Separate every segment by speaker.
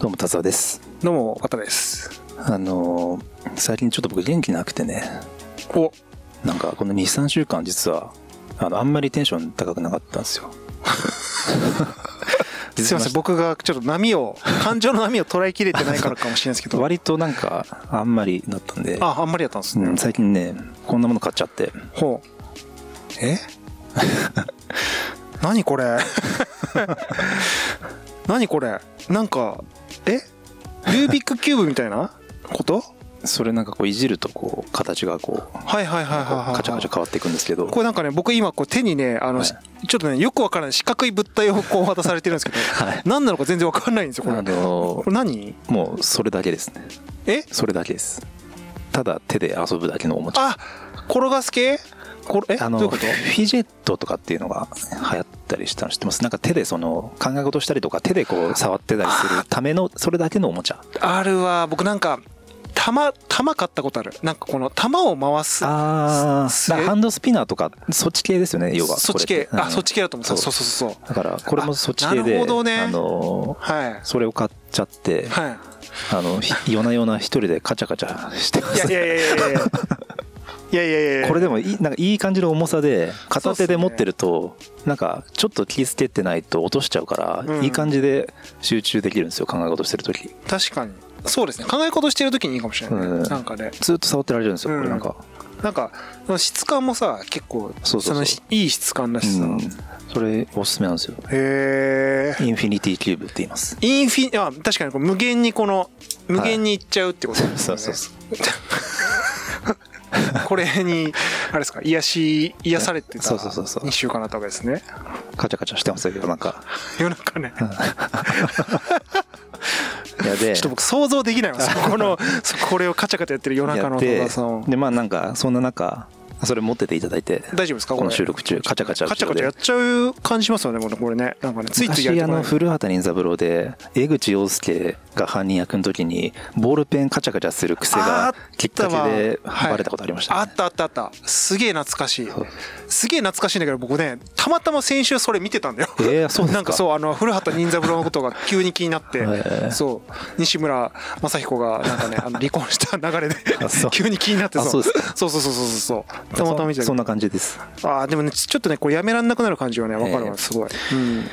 Speaker 1: どうも達也です
Speaker 2: どうも、わたです。
Speaker 1: あのー最近ちょっと僕元気なくてね
Speaker 2: お、
Speaker 1: なんかこの23週間実はあのあんまりテンション高くなかったん ですよ
Speaker 2: すいません、僕がちょっと波を、感情の波を捉えきれてないからかもしれないです けど、
Speaker 1: 割となんかあんまりだったんで、
Speaker 2: あ、あんまりやったんです
Speaker 1: う
Speaker 2: ね
Speaker 1: ん。最近ねこんなもの買っちゃって
Speaker 2: ほう。え 何これ 何これなんか、えルービックキューブみたいなこと
Speaker 1: それなんかこういじるとこう形がこう
Speaker 2: はいはいはいはいはいはい。
Speaker 1: カチャカチャ変わっていくんですけど
Speaker 2: これなんかね、僕今こう手にね、あの、
Speaker 1: はい
Speaker 2: しちょっとね、よくわからない四角い物体をこう渡されてるんですけ ど、
Speaker 1: はい
Speaker 2: 何なのか全然わかんないんですよ、これ。
Speaker 1: あの
Speaker 2: これ何
Speaker 1: もうそれだけですね
Speaker 2: え
Speaker 1: それだけですただ手で遊ぶだけのおもちゃ
Speaker 2: あ転がす系これえ
Speaker 1: あの
Speaker 2: どういう
Speaker 1: フ
Speaker 2: こと
Speaker 1: ィジェットとかっていうのが流行ったりしたの知ってますなんか手でその考え事したりとか手でこう触ってたりするためのそれだけのおもちゃ
Speaker 2: あるわ僕なんか玉玉買ったことあるなんかこの玉を回す
Speaker 1: ああ
Speaker 2: す
Speaker 1: ハンドスピナーとかそっち系ですよね要は
Speaker 2: そっ
Speaker 1: これ
Speaker 2: ち
Speaker 1: て
Speaker 2: 系
Speaker 1: う
Speaker 2: あ
Speaker 1: ん
Speaker 2: そっち系だと思った
Speaker 1: そ
Speaker 2: そううそうそうそ
Speaker 1: だ
Speaker 2: う
Speaker 1: からこれもそっち系
Speaker 2: あな
Speaker 1: で
Speaker 2: るほどね
Speaker 1: あのー
Speaker 2: はい
Speaker 1: それを買っちゃって
Speaker 2: は
Speaker 1: あのひ夜な夜な一人でカチャカチャしてま
Speaker 2: いいや
Speaker 1: す
Speaker 2: いやいやいやいやいやいやいやいや
Speaker 1: これでもいいなんかいい感じの重さで片手で持
Speaker 2: そうっすね
Speaker 1: ってるとなんかちょっと気つけてないと落としちゃうから、
Speaker 2: うん
Speaker 1: いい感じで集中できるんですよ考え事してる時
Speaker 2: 確かにそうですね考え事してる時にいいかもしれない、
Speaker 1: うん
Speaker 2: なんかね
Speaker 1: ずっと触ってられるんですよこ
Speaker 2: う
Speaker 1: れ
Speaker 2: ん
Speaker 1: なんか、
Speaker 2: なんかその質感もさ結構
Speaker 1: そうそうそう
Speaker 2: のしいい質感だしさ、
Speaker 1: うん
Speaker 2: へ
Speaker 1: それおすすめなんですよ
Speaker 2: え
Speaker 1: インフィニティキューブって言います
Speaker 2: インフィあ確かにこう無限にこの無限にいっちゃうってこと です
Speaker 1: そう
Speaker 2: よね、
Speaker 1: そうそう
Speaker 2: これにあれですか癒し癒されてた
Speaker 1: そうそうそうそう
Speaker 2: 2週間だったわけですね
Speaker 1: カチャカチャしてますよなんか
Speaker 2: 夜中ね
Speaker 1: いやで
Speaker 2: ちょっと僕想像できないわそこのそこれをカチャカチャやってる夜中
Speaker 1: や
Speaker 2: の
Speaker 1: っ
Speaker 2: 戸
Speaker 1: て
Speaker 2: 田さんを
Speaker 1: でまあなんかそんな中それ持ってていただいて
Speaker 2: 大丈夫ですかこ
Speaker 1: こ
Speaker 2: れ
Speaker 1: の収録中カチャカチャ
Speaker 2: カチャカチャやっちゃう感じしますよねこれこれねなんかねついついやり
Speaker 1: 昔
Speaker 2: た
Speaker 1: あ
Speaker 2: くな
Speaker 1: の
Speaker 2: い
Speaker 1: 古畑任三郎で江口洋介が犯人役の時にボールペンカチャカチャする癖
Speaker 2: あ
Speaker 1: がき
Speaker 2: ー
Speaker 1: っかけで
Speaker 2: あったわはい
Speaker 1: バレたことありました
Speaker 2: あ
Speaker 1: ね
Speaker 2: ったあったあったすげえ懐かしい
Speaker 1: そう
Speaker 2: すげえ懐かしいんだけど僕ねたまたま先週それ見てたんだよ
Speaker 1: えーそうですか
Speaker 2: なんかそうあの古畑任三郎のことが急に気になって、
Speaker 1: ー
Speaker 2: そう西村雅彦がな んかねあの離婚した流れで
Speaker 1: あそう
Speaker 2: 急に気になって
Speaker 1: あそうです
Speaker 2: そうそうそうそうそうそうたまたま見
Speaker 1: そ
Speaker 2: てた
Speaker 1: そんな感じです
Speaker 2: ああでもねちょっとねこうやめらんなくなる感じはねわかる
Speaker 1: ええ
Speaker 2: わすごい、うん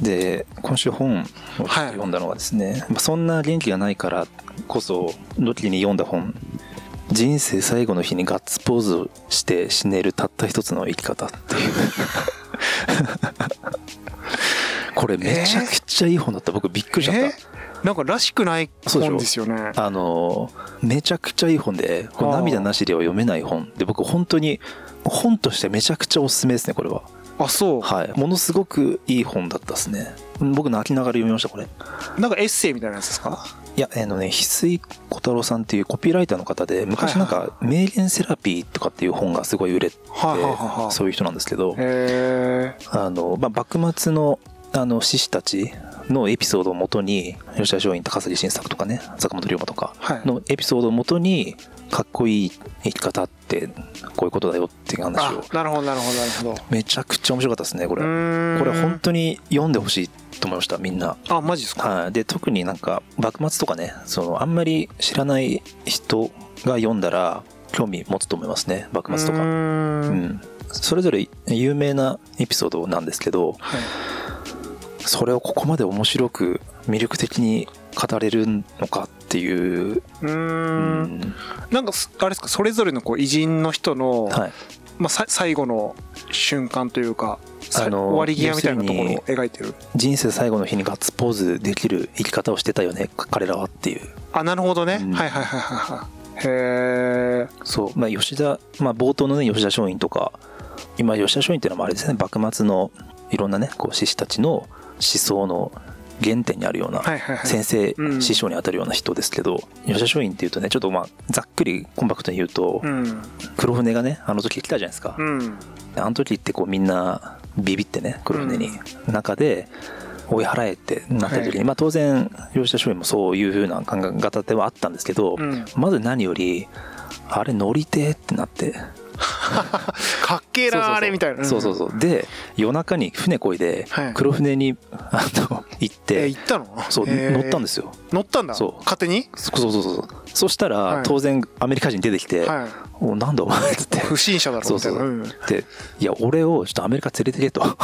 Speaker 1: で今週本をちょっと読んだのはですね、まあそんな元気がないからこそ時に読んだ本「人生最後の日にガッツポーズをして死ねるたった一つの生き方」っていうこれめちゃくちゃいい本だった僕びっくりしちゃった、
Speaker 2: えなんからしくない
Speaker 1: そうでしょ
Speaker 2: 本ですよね
Speaker 1: あのめちゃくちゃいい本でこれ
Speaker 2: あー
Speaker 1: 涙なしでは読めない本で僕本当に本としてめちゃくちゃおすすめですねこれは
Speaker 2: あそう、
Speaker 1: はいものすごくいい本だったですね僕泣きながら読みましたこれ
Speaker 2: なんかエッセイみたいなやつですか
Speaker 1: いやあのね翡翠小太郎さんっていうコピーライターの方で昔
Speaker 2: はい
Speaker 1: なん
Speaker 2: はい
Speaker 1: か「名言セラピー」とかっていう本がすごい売れて
Speaker 2: はいはいはいはい
Speaker 1: そういう人なんですけど
Speaker 2: へえ
Speaker 1: あの、まあ、幕末のあの志士たちのエピソードをもとに吉田松陰高杉晋作とかね坂本龍馬とか
Speaker 2: はい
Speaker 1: のエピソードをもとにかっこいい生き方ってこういうことだよっていう話
Speaker 2: あ
Speaker 1: を
Speaker 2: なるほどなるほどなるほど
Speaker 1: めちゃくちゃ面白かったですねこれ
Speaker 2: う
Speaker 1: こ
Speaker 2: ーん
Speaker 1: れ本当に読んでほしいと思いましたみんな。
Speaker 2: あマジですか
Speaker 1: はい、で特になんか幕末とかねそのあんまり知らない人が読んだら興味持つと思いますね幕末と
Speaker 2: う
Speaker 1: か、
Speaker 2: ー
Speaker 1: うんん、それぞれ有名なエピソードなんですけど
Speaker 2: はい
Speaker 1: それをここまで面白く魅力的に語れるのかっていう、
Speaker 2: う
Speaker 1: う
Speaker 2: ーん
Speaker 1: ん
Speaker 2: なんかすあれですかそれぞれのこう偉人の人の、
Speaker 1: はい、
Speaker 2: まあ、さ最後の瞬間というか、さ
Speaker 1: あの
Speaker 2: 終わり際みたいなところを
Speaker 1: 要す
Speaker 2: 描いてる
Speaker 1: 人生最後の日にガッツポーズできる生き方をしてたよね彼らはっていう
Speaker 2: あなるほどね、
Speaker 1: うん
Speaker 2: はいはいはいはいはいへえ
Speaker 1: そう、まあ、吉田、まあ、冒頭のね吉田松陰とか今吉田松陰っていうのもあれですね幕末のいろんなねこう志士たちの思想の原点にあるような
Speaker 2: はいはいはい
Speaker 1: 先生、
Speaker 2: うん
Speaker 1: 師匠にあたるような人ですけど吉田松陰っていうとねちょっとまあざっくりコンパクトに言うと
Speaker 2: うん
Speaker 1: 黒船がねあの時来たじゃないですか、
Speaker 2: うん
Speaker 1: あの時ってこうみんなビビってね黒船に、中で追い払えってなった時に、
Speaker 2: は
Speaker 1: まあ当然吉田松陰もそういうふうな考え方ではあったんですけど、
Speaker 2: うん
Speaker 1: まず何よりあれ乗りてえってなって
Speaker 2: かっけえ
Speaker 1: そうそうそう
Speaker 2: なあれみたいな
Speaker 1: そうそう
Speaker 2: うん
Speaker 1: そうで夜中に船こいで
Speaker 2: はい
Speaker 1: 黒船にあの行っ
Speaker 2: え
Speaker 1: て
Speaker 2: 行ったの
Speaker 1: そう
Speaker 2: へえ
Speaker 1: 乗ったんですよ
Speaker 2: 乗ったんだ
Speaker 1: そう
Speaker 2: 勝手に
Speaker 1: そうそうそうそうそした
Speaker 2: は
Speaker 1: ら
Speaker 2: い
Speaker 1: 当然アメリカ人出てきて
Speaker 2: はい
Speaker 1: 「おなんだお前」っつって
Speaker 2: 不審者だろ
Speaker 1: そう
Speaker 2: みた
Speaker 1: そ
Speaker 2: いな
Speaker 1: うで「いや俺をちょっとアメリカ連れてけ」と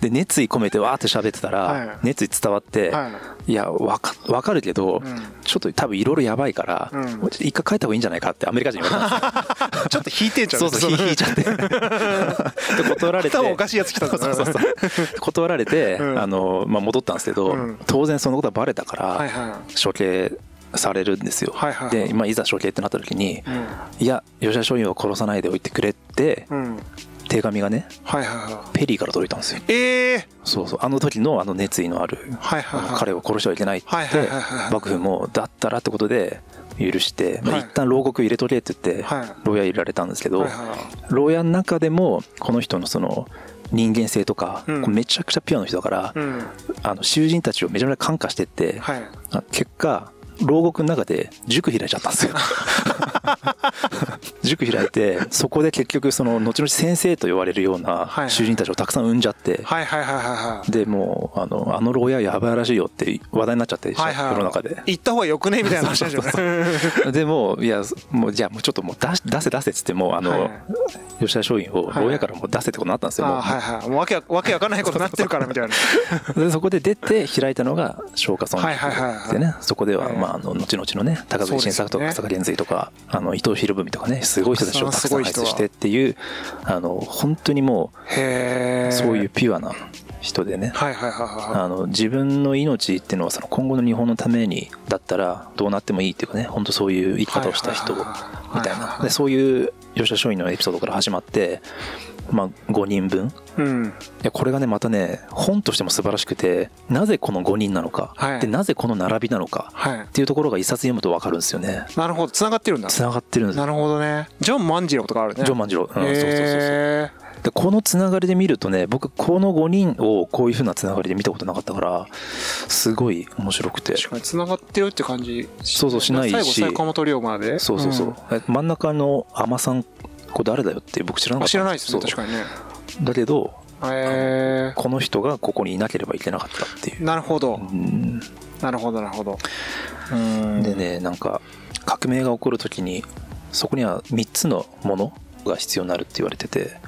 Speaker 1: で熱意込めてわーって喋ってた
Speaker 2: はい
Speaker 1: ら熱意伝わって
Speaker 2: うんはい
Speaker 1: 「いやわかわかるけど
Speaker 2: うん
Speaker 1: ちょっと多分いろいろやばいから
Speaker 2: うん
Speaker 1: もうちょっと一回帰った方がいいんじゃないか」ってアメリカ人に言われたんですよ
Speaker 2: ちょっと引いてんじゃん
Speaker 1: そうそう引いちゃってで断られて
Speaker 2: 頭おかしいやつ来たん
Speaker 1: そ
Speaker 2: だ
Speaker 1: うそうそうそう断られて、
Speaker 2: うん
Speaker 1: あのまあ、戻ったんですけど、
Speaker 2: うん
Speaker 1: 当然そのことはバレたから、
Speaker 2: はいは
Speaker 1: 処刑されるんですよ、
Speaker 2: はいはいはい
Speaker 1: で、まあ、いざ処刑ってなった時に「
Speaker 2: い
Speaker 1: いや吉田松陰を殺さないでおいてくれ」って
Speaker 2: うんうんはい
Speaker 1: 手紙がね
Speaker 2: はいは
Speaker 1: ペリーから届いたんですよ
Speaker 2: いええ
Speaker 1: そうそうあの時のあの熱意のある
Speaker 2: はいはい
Speaker 1: あ
Speaker 2: は
Speaker 1: の
Speaker 2: い
Speaker 1: 彼を殺してはいけないって、
Speaker 2: はいはいはいはい
Speaker 1: 幕府もだったらってことで許して、まあ、
Speaker 2: はい
Speaker 1: 一旦牢獄入れとけって言って、
Speaker 2: はい
Speaker 1: 牢屋入れられたんですけど、
Speaker 2: はいはいはい
Speaker 1: 牢屋の中でもこの人のその人間性とか、
Speaker 2: うん
Speaker 1: こうめちゃくちゃピュアな人だから、
Speaker 2: うん
Speaker 1: あの囚人たちをめちゃめちゃ感化してって、
Speaker 2: はい
Speaker 1: あ結果牢獄の中で塾開いちゃったん ですよ塾開いてそこで結局その後々先生と呼ばれるよう
Speaker 2: は
Speaker 1: ない囚人たちをたくさん産んじゃって、
Speaker 2: はいはいはいは
Speaker 1: でもうあのあの牢屋やばいらしいよって話題になっちゃって、
Speaker 2: いはいはい
Speaker 1: 世の中で
Speaker 2: はい行った方がよくねみたいな話なんじゃ ない
Speaker 1: でもういやもうじゃあもうちょっともう出し出せ出せっつってもうあの、
Speaker 2: はい
Speaker 1: 吉田松陰を牢屋からもう出せってことになったんですよ、もう
Speaker 2: あーはいはいもうわけわわけわかんないことになってるからみたいな
Speaker 1: でそこで出て開いたのが松下村
Speaker 2: はいはいはいはい
Speaker 1: でねそこでは
Speaker 2: はい
Speaker 1: まああの後々のね高杉晋作とか
Speaker 2: そ
Speaker 1: 草
Speaker 2: う
Speaker 1: 加玄瑞とかあの伊藤博文とかねすごい人たちをたくさん輩出してっていうあの本当にも
Speaker 2: へえ
Speaker 1: うそういうピュアな人でね
Speaker 2: はいはいはいは
Speaker 1: あの自分の命っていうのはその今後の日本のためにだったらどうなってもいいっていうかね本当そういう生き方をした人
Speaker 2: は
Speaker 1: み
Speaker 2: いはいはいはい
Speaker 1: たい
Speaker 2: はいはい
Speaker 1: な
Speaker 2: はい
Speaker 1: でそういう吉田松陰のエピソードから始まってまあ5人分
Speaker 2: いうん
Speaker 1: いやこれがねまたね本としても素晴らしくてなぜこの5人なのか、
Speaker 2: はい
Speaker 1: でなぜこの並びなのか
Speaker 2: はい
Speaker 1: っていうところが一冊読むと分かるんですよね
Speaker 2: なるほど繋がってるんだ
Speaker 1: つながってるんです
Speaker 2: な
Speaker 1: よ
Speaker 2: るほどねジョン万次郎とかあるね
Speaker 1: ジョン万次郎、うん、そうそうそうそう
Speaker 2: へ
Speaker 1: でこのつながりで見るとね僕この5人をこういうふうなつながりで見たことなかったからすごい面白くて
Speaker 2: え確かに繋がってるって感じ
Speaker 1: そうそうしないし
Speaker 2: 最後最後元龍馬で
Speaker 1: そうそうそう、え真ん中の海女さんこれ誰だよって僕知ら
Speaker 2: う
Speaker 1: なんかっ
Speaker 2: あ
Speaker 1: た
Speaker 2: 知らないです
Speaker 1: そ
Speaker 2: ね
Speaker 1: う
Speaker 2: 確かにね
Speaker 1: だけど
Speaker 2: へ
Speaker 1: この人がここにいなければいけなかったってい
Speaker 2: え
Speaker 1: う、
Speaker 2: なるほど
Speaker 1: うん、
Speaker 2: なるほどなるほどうん
Speaker 1: でねなんか革命が起こる時にそこには3つのものが必要になるって言われてて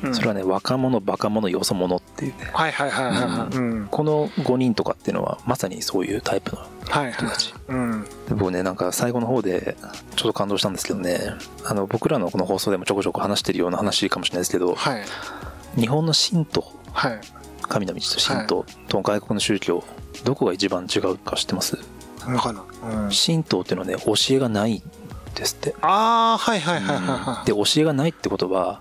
Speaker 2: うん
Speaker 1: それはね若者バカ者よそ者っていうね
Speaker 2: はいはいはいはいはいうん
Speaker 1: この5人とかっていうのはまさにそういうタイプの
Speaker 2: はいは
Speaker 1: 人
Speaker 2: い
Speaker 1: たち
Speaker 2: うん
Speaker 1: で僕ねなんか最後の方でちょっと感動したんですけどねあの僕らのこの放送でもちょこちょこ話してるような話かもしれないですけど
Speaker 2: はい
Speaker 1: 日本の神道
Speaker 2: はい
Speaker 1: 神の道と神道と外国の宗教どこが一番違うか知ってます
Speaker 2: わかんないうん
Speaker 1: 神道っていうのはね教えがないんですって
Speaker 2: ああはいはいはいはいはい
Speaker 1: で教えがないってことは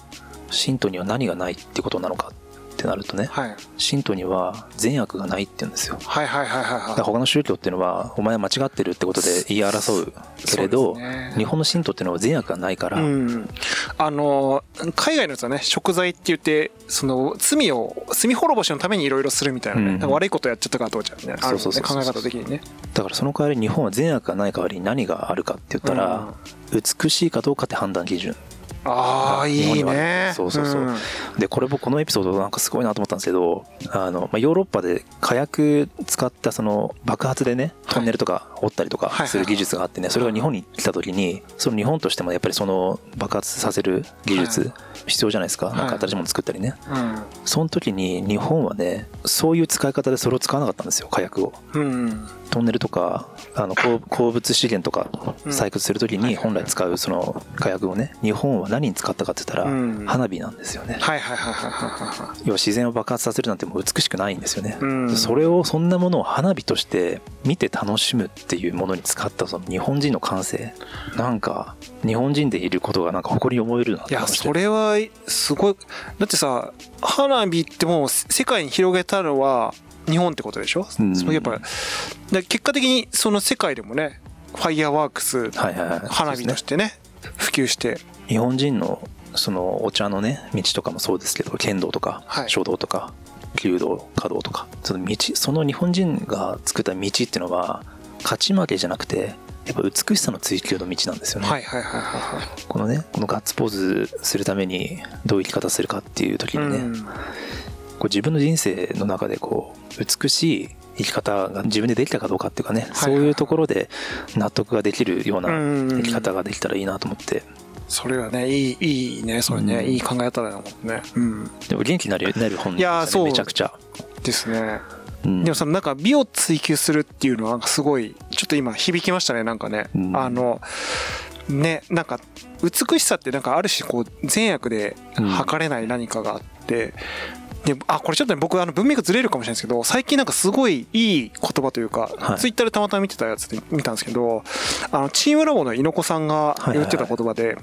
Speaker 1: 信徒には何がないってことなのかってなるとね
Speaker 2: はい
Speaker 1: 信徒には善悪がないって言うんですよだ
Speaker 2: はいはいはいはいはい
Speaker 1: から他の宗教っていうのはお前は間違ってるってことで言い争うけれど、
Speaker 2: そうですね
Speaker 1: 日本の信徒っていうのは善悪がないから、
Speaker 2: うん、あの海外のやつはね食材って言ってその罪を罪滅ぼしのためにいろいろするみたいなね、
Speaker 1: うん
Speaker 2: なんか悪いことやっちゃったからどうちゃうねあるもん
Speaker 1: そうそ
Speaker 2: ね
Speaker 1: うそうそう
Speaker 2: 考え方的にね
Speaker 1: だからその代わり日本は善悪がない代わりに何があるかって言ったら、美しいかどうかって判断基準
Speaker 2: ああい
Speaker 1: 日
Speaker 2: い
Speaker 1: 本に
Speaker 2: ね
Speaker 1: はそうそうそうんでこれ僕このエピソードなんかすごいなと思ったんですけどあの、まあ、ヨーロッパで火薬使ったその爆発でね
Speaker 2: い
Speaker 1: トンネルとか掘ったりと
Speaker 2: はいは
Speaker 1: か
Speaker 2: いはい
Speaker 1: する技術があってねそれが日本に来た時にその日本としてもやっぱりその爆発させる技術必要じゃないですか
Speaker 2: はい
Speaker 1: なんか新しいもの作ったりね
Speaker 2: うん
Speaker 1: その時に日本はねそういう使い方でそれを使わなかったんですよ火薬を。
Speaker 2: うん
Speaker 1: トンネルとかあの鉱鉱物資源とか
Speaker 2: うん
Speaker 1: 採掘する時に本来使うその火薬をね日本は何に使ったかって言った
Speaker 2: うん
Speaker 1: ら花火なんですよね。
Speaker 2: はいはいはいはいはいはい
Speaker 1: 要は自然を爆発させるなんてもう美しくないんですよね、
Speaker 2: うん
Speaker 1: それをそんなものを花火として見て楽しむっていうものに使ったその日本人の感性なんか日本人でいることがなんか誇りに思えるなっ
Speaker 2: い
Speaker 1: て
Speaker 2: や
Speaker 1: 思って
Speaker 2: それはすごいだってさ花火ってもう世界に広げたのは日本ってことでしょ、
Speaker 1: うん
Speaker 2: そのやっぱで結果的にその世界でもねファイヤーワークス
Speaker 1: はいはいはい
Speaker 2: 花火
Speaker 1: そう
Speaker 2: と
Speaker 1: です
Speaker 2: してね普及して
Speaker 1: ね日本人のそのお茶のね道とかもそうですけど剣道とか
Speaker 2: はい
Speaker 1: 書道とか弓道華道とかその道その日本人が作った道っていうのは勝ち負けじゃなくてやっぱ美しさの追求の道なんですよね、
Speaker 2: はいはいはいはいはい
Speaker 1: このねこのガッツポーズするためにどういう生き方するかっていう時にね、
Speaker 2: うん
Speaker 1: こう自分の人生の中でこう美しい生き方が自分でできたかどうかっていうかね、そういうところで納得ができるような
Speaker 2: うん
Speaker 1: 生き方ができたらいいなと思って、
Speaker 2: それはねいいいいねそれね、
Speaker 1: うん
Speaker 2: いい考え方だもんね、うん、
Speaker 1: でも元気になるなる本
Speaker 2: いや
Speaker 1: な
Speaker 2: ー
Speaker 1: んですよね
Speaker 2: そう
Speaker 1: めちゃくちゃ、
Speaker 2: ですね
Speaker 1: うん
Speaker 2: でもさなんか美を追求するっていうのはなんかすごいちょっと今響きましたねなんかね、
Speaker 1: うん
Speaker 2: あのねなんか美しさってなんかある種こう善悪で測れない何かがあって、であこれちょっとね僕あの文脈ずれるかもしれないですけど最近なんかすごいいい言葉というか、
Speaker 1: はい
Speaker 2: ツイッターでたまたま見てたやつで見たんですけどあのチームラボの猪子さんが言ってた言葉で。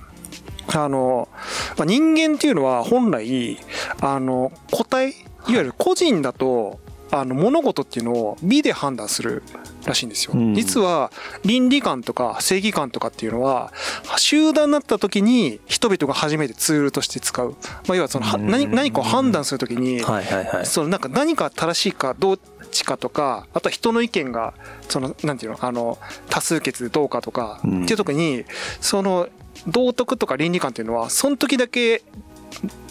Speaker 2: あのまあ人間っていうのは本来あの個体いわゆる個人だとあの物事っていうのを美で判断するらしいんですよ、
Speaker 1: うん
Speaker 2: 実は倫理観とか正義感とかっていうのは集団になった時に人々が初めてツールとして使う、まあ、要はそのは
Speaker 1: うん
Speaker 2: 何何かを判断する時に、
Speaker 1: はいはいはい
Speaker 2: そのなんか何か正しいかどっちかとかあとは人の意見がそのなんていうのあの多数決でどうかとか、
Speaker 1: うん
Speaker 2: っていう時にその道徳とか倫理観っていうのはその時だけ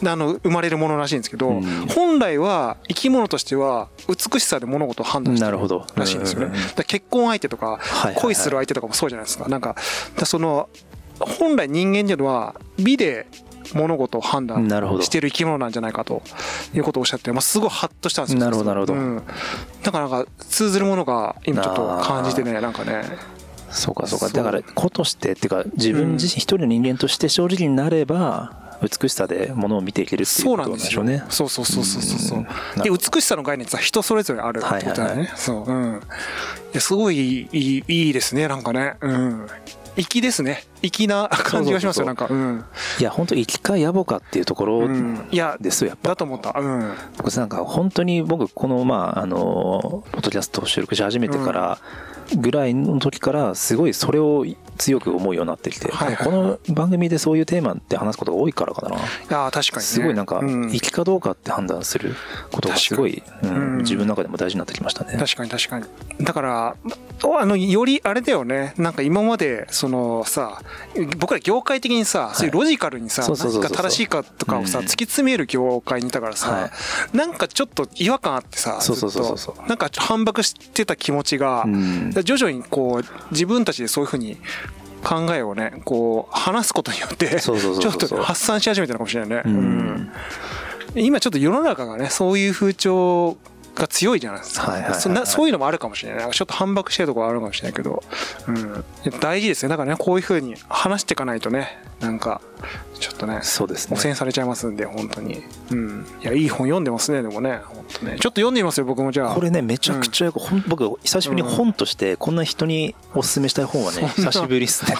Speaker 2: あの生まれるものらしいんですけど、
Speaker 1: うん
Speaker 2: 本来は生き物としては美しさで物事を判断して
Speaker 1: な
Speaker 2: る
Speaker 1: るほど
Speaker 2: らしいんですよね。
Speaker 1: う
Speaker 2: だ
Speaker 1: う
Speaker 2: か
Speaker 1: う
Speaker 2: ら結婚相手とか
Speaker 1: はいはいはい
Speaker 2: 恋する相手とかもそうじゃないですか。なんかだからその本来人間っていうのは美で物事を判断
Speaker 1: なるほど
Speaker 2: してる生き物なんじゃないかということをおっしゃって、まあ、すごいハッとしたんですよ
Speaker 1: なるほどなるほど
Speaker 2: うん、だからなんか通ずるものが今ちょっと感じてねなんかね
Speaker 1: そうかそうか
Speaker 2: そ
Speaker 1: だ
Speaker 2: う
Speaker 1: から子としてっていうか自分自身一人の人間として正直になれば美しさでものを見ていけるっていう
Speaker 2: そ
Speaker 1: こ
Speaker 2: うな
Speaker 1: と
Speaker 2: ん
Speaker 1: なん
Speaker 2: で
Speaker 1: ですしょ
Speaker 2: よ
Speaker 1: うね
Speaker 2: そうそうそうそうそう
Speaker 1: うんなるほど
Speaker 2: で美しさの概念ってさ人それぞれあるってことだ
Speaker 1: は
Speaker 2: よね、
Speaker 1: いはい
Speaker 2: そううんいやすごいいいいいですねなんかねうん粋ですね粋な感じがします
Speaker 1: そ
Speaker 2: よな
Speaker 1: うん
Speaker 2: かうん
Speaker 1: いや本当生きか野暮かっていうところ
Speaker 2: うんいや
Speaker 1: ですよやっぱ
Speaker 2: だと思ったうん
Speaker 1: 僕なんか本当に僕このまああのポッドキャストを収録し始めてからぐらいの時からすごいそれを強く思うようになってきて、
Speaker 2: はいはい
Speaker 1: この番組でそういうテーマって話すことが多いからかな、
Speaker 2: ああ確かにね
Speaker 1: すごいなんか
Speaker 2: う
Speaker 1: 生きかどうかって判断することがすごい、
Speaker 2: に
Speaker 1: うん
Speaker 2: うん
Speaker 1: 自分の中でも大事になってきましたね。
Speaker 2: 確かに確かにだからおあのよりあれだよねなんか今までそのさ僕ら業界的にさ、そういうロジカルにさ
Speaker 1: そうそうそう
Speaker 2: 何
Speaker 1: そう
Speaker 2: か正しいかとかをさ、
Speaker 1: うん
Speaker 2: 突き詰める業界にいたからさ、
Speaker 1: は
Speaker 2: なんかちょっと違和感あってさ
Speaker 1: そうそうそうそう
Speaker 2: ずっとなんか反駁してた気持ちが、
Speaker 1: うん
Speaker 2: 徐々にこう自分たちでそういうふうに考えをねこう話すことによってち
Speaker 1: そ
Speaker 2: ょ
Speaker 1: うそうそうそう
Speaker 2: っと発散し始めてるかもしれないね。
Speaker 1: うん
Speaker 2: うん今ちょっと世の中がねそういう風潮が強いじゃないですか、
Speaker 1: はいはいはいはい
Speaker 2: そんなそういうのもあるかもしれないなんかちょっと反駁してるところあるかもしれないけど、うん、いや大事ですねだからねこういう風に話していかないとねなんかちょっとね
Speaker 1: そうです
Speaker 2: 汚
Speaker 1: ね。
Speaker 2: 染されちゃいますんで本当に、うん、いやいい本読んでますねでもね本当ねちょっと読んでみますよ僕もじゃあ
Speaker 1: これねめちゃくちゃよく、ほん僕久しぶりに本としてこんな人におすすめしたい本はね
Speaker 2: そんな
Speaker 1: 久しぶりですね。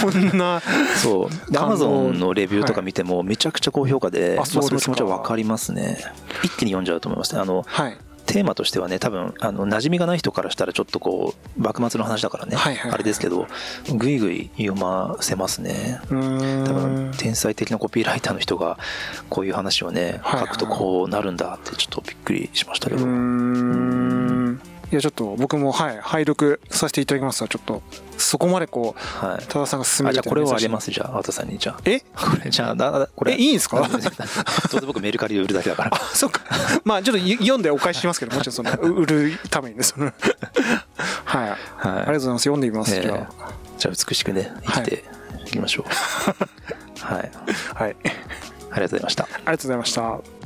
Speaker 2: そんな
Speaker 1: そうでア
Speaker 2: 感動
Speaker 1: マゾンのレビューとか見てもめちゃくちゃ高評価で、まあ
Speaker 2: あ
Speaker 1: そ
Speaker 2: そうですか
Speaker 1: の気持ちは分かりますね一気に読んじゃうと思いますねあの
Speaker 2: はい
Speaker 1: テーマとしてはね多分あの馴染みがない人からしたらちょっとこう幕末の話だからね、
Speaker 2: はいはいはい
Speaker 1: あれですけどぐいぐい読ませますね
Speaker 2: うーん
Speaker 1: 多分天才的なコピーライターの人がこういう話をね
Speaker 2: はいは
Speaker 1: 書
Speaker 2: い
Speaker 1: くとこうなるんだってちょっとびっくりしましたけ
Speaker 2: う
Speaker 1: ど、
Speaker 2: ーんいやちょっと僕もはい拝読させていただきますわちょっとそこまでこう
Speaker 1: はい
Speaker 2: 多田さんが勧
Speaker 1: あ
Speaker 2: め
Speaker 1: じ
Speaker 2: る
Speaker 1: ゃあこれをあげ
Speaker 2: す
Speaker 1: ますじゃあ和田さんにじゃあ
Speaker 2: え
Speaker 1: これじゃあななこれ
Speaker 2: えいいんで す
Speaker 1: ど
Speaker 2: か
Speaker 1: うせ僕メルカリで売るだけだから
Speaker 2: あ そうかまあちょっと読んでお返ししますけどもちろん そのう売るためにねそのはい、ありがとうございます読んでみます、
Speaker 1: ええ
Speaker 2: じゃ
Speaker 1: じゃあ美しくね生きていきましょうはい、
Speaker 2: あはいあり
Speaker 1: ありがとうございました
Speaker 2: がとうございました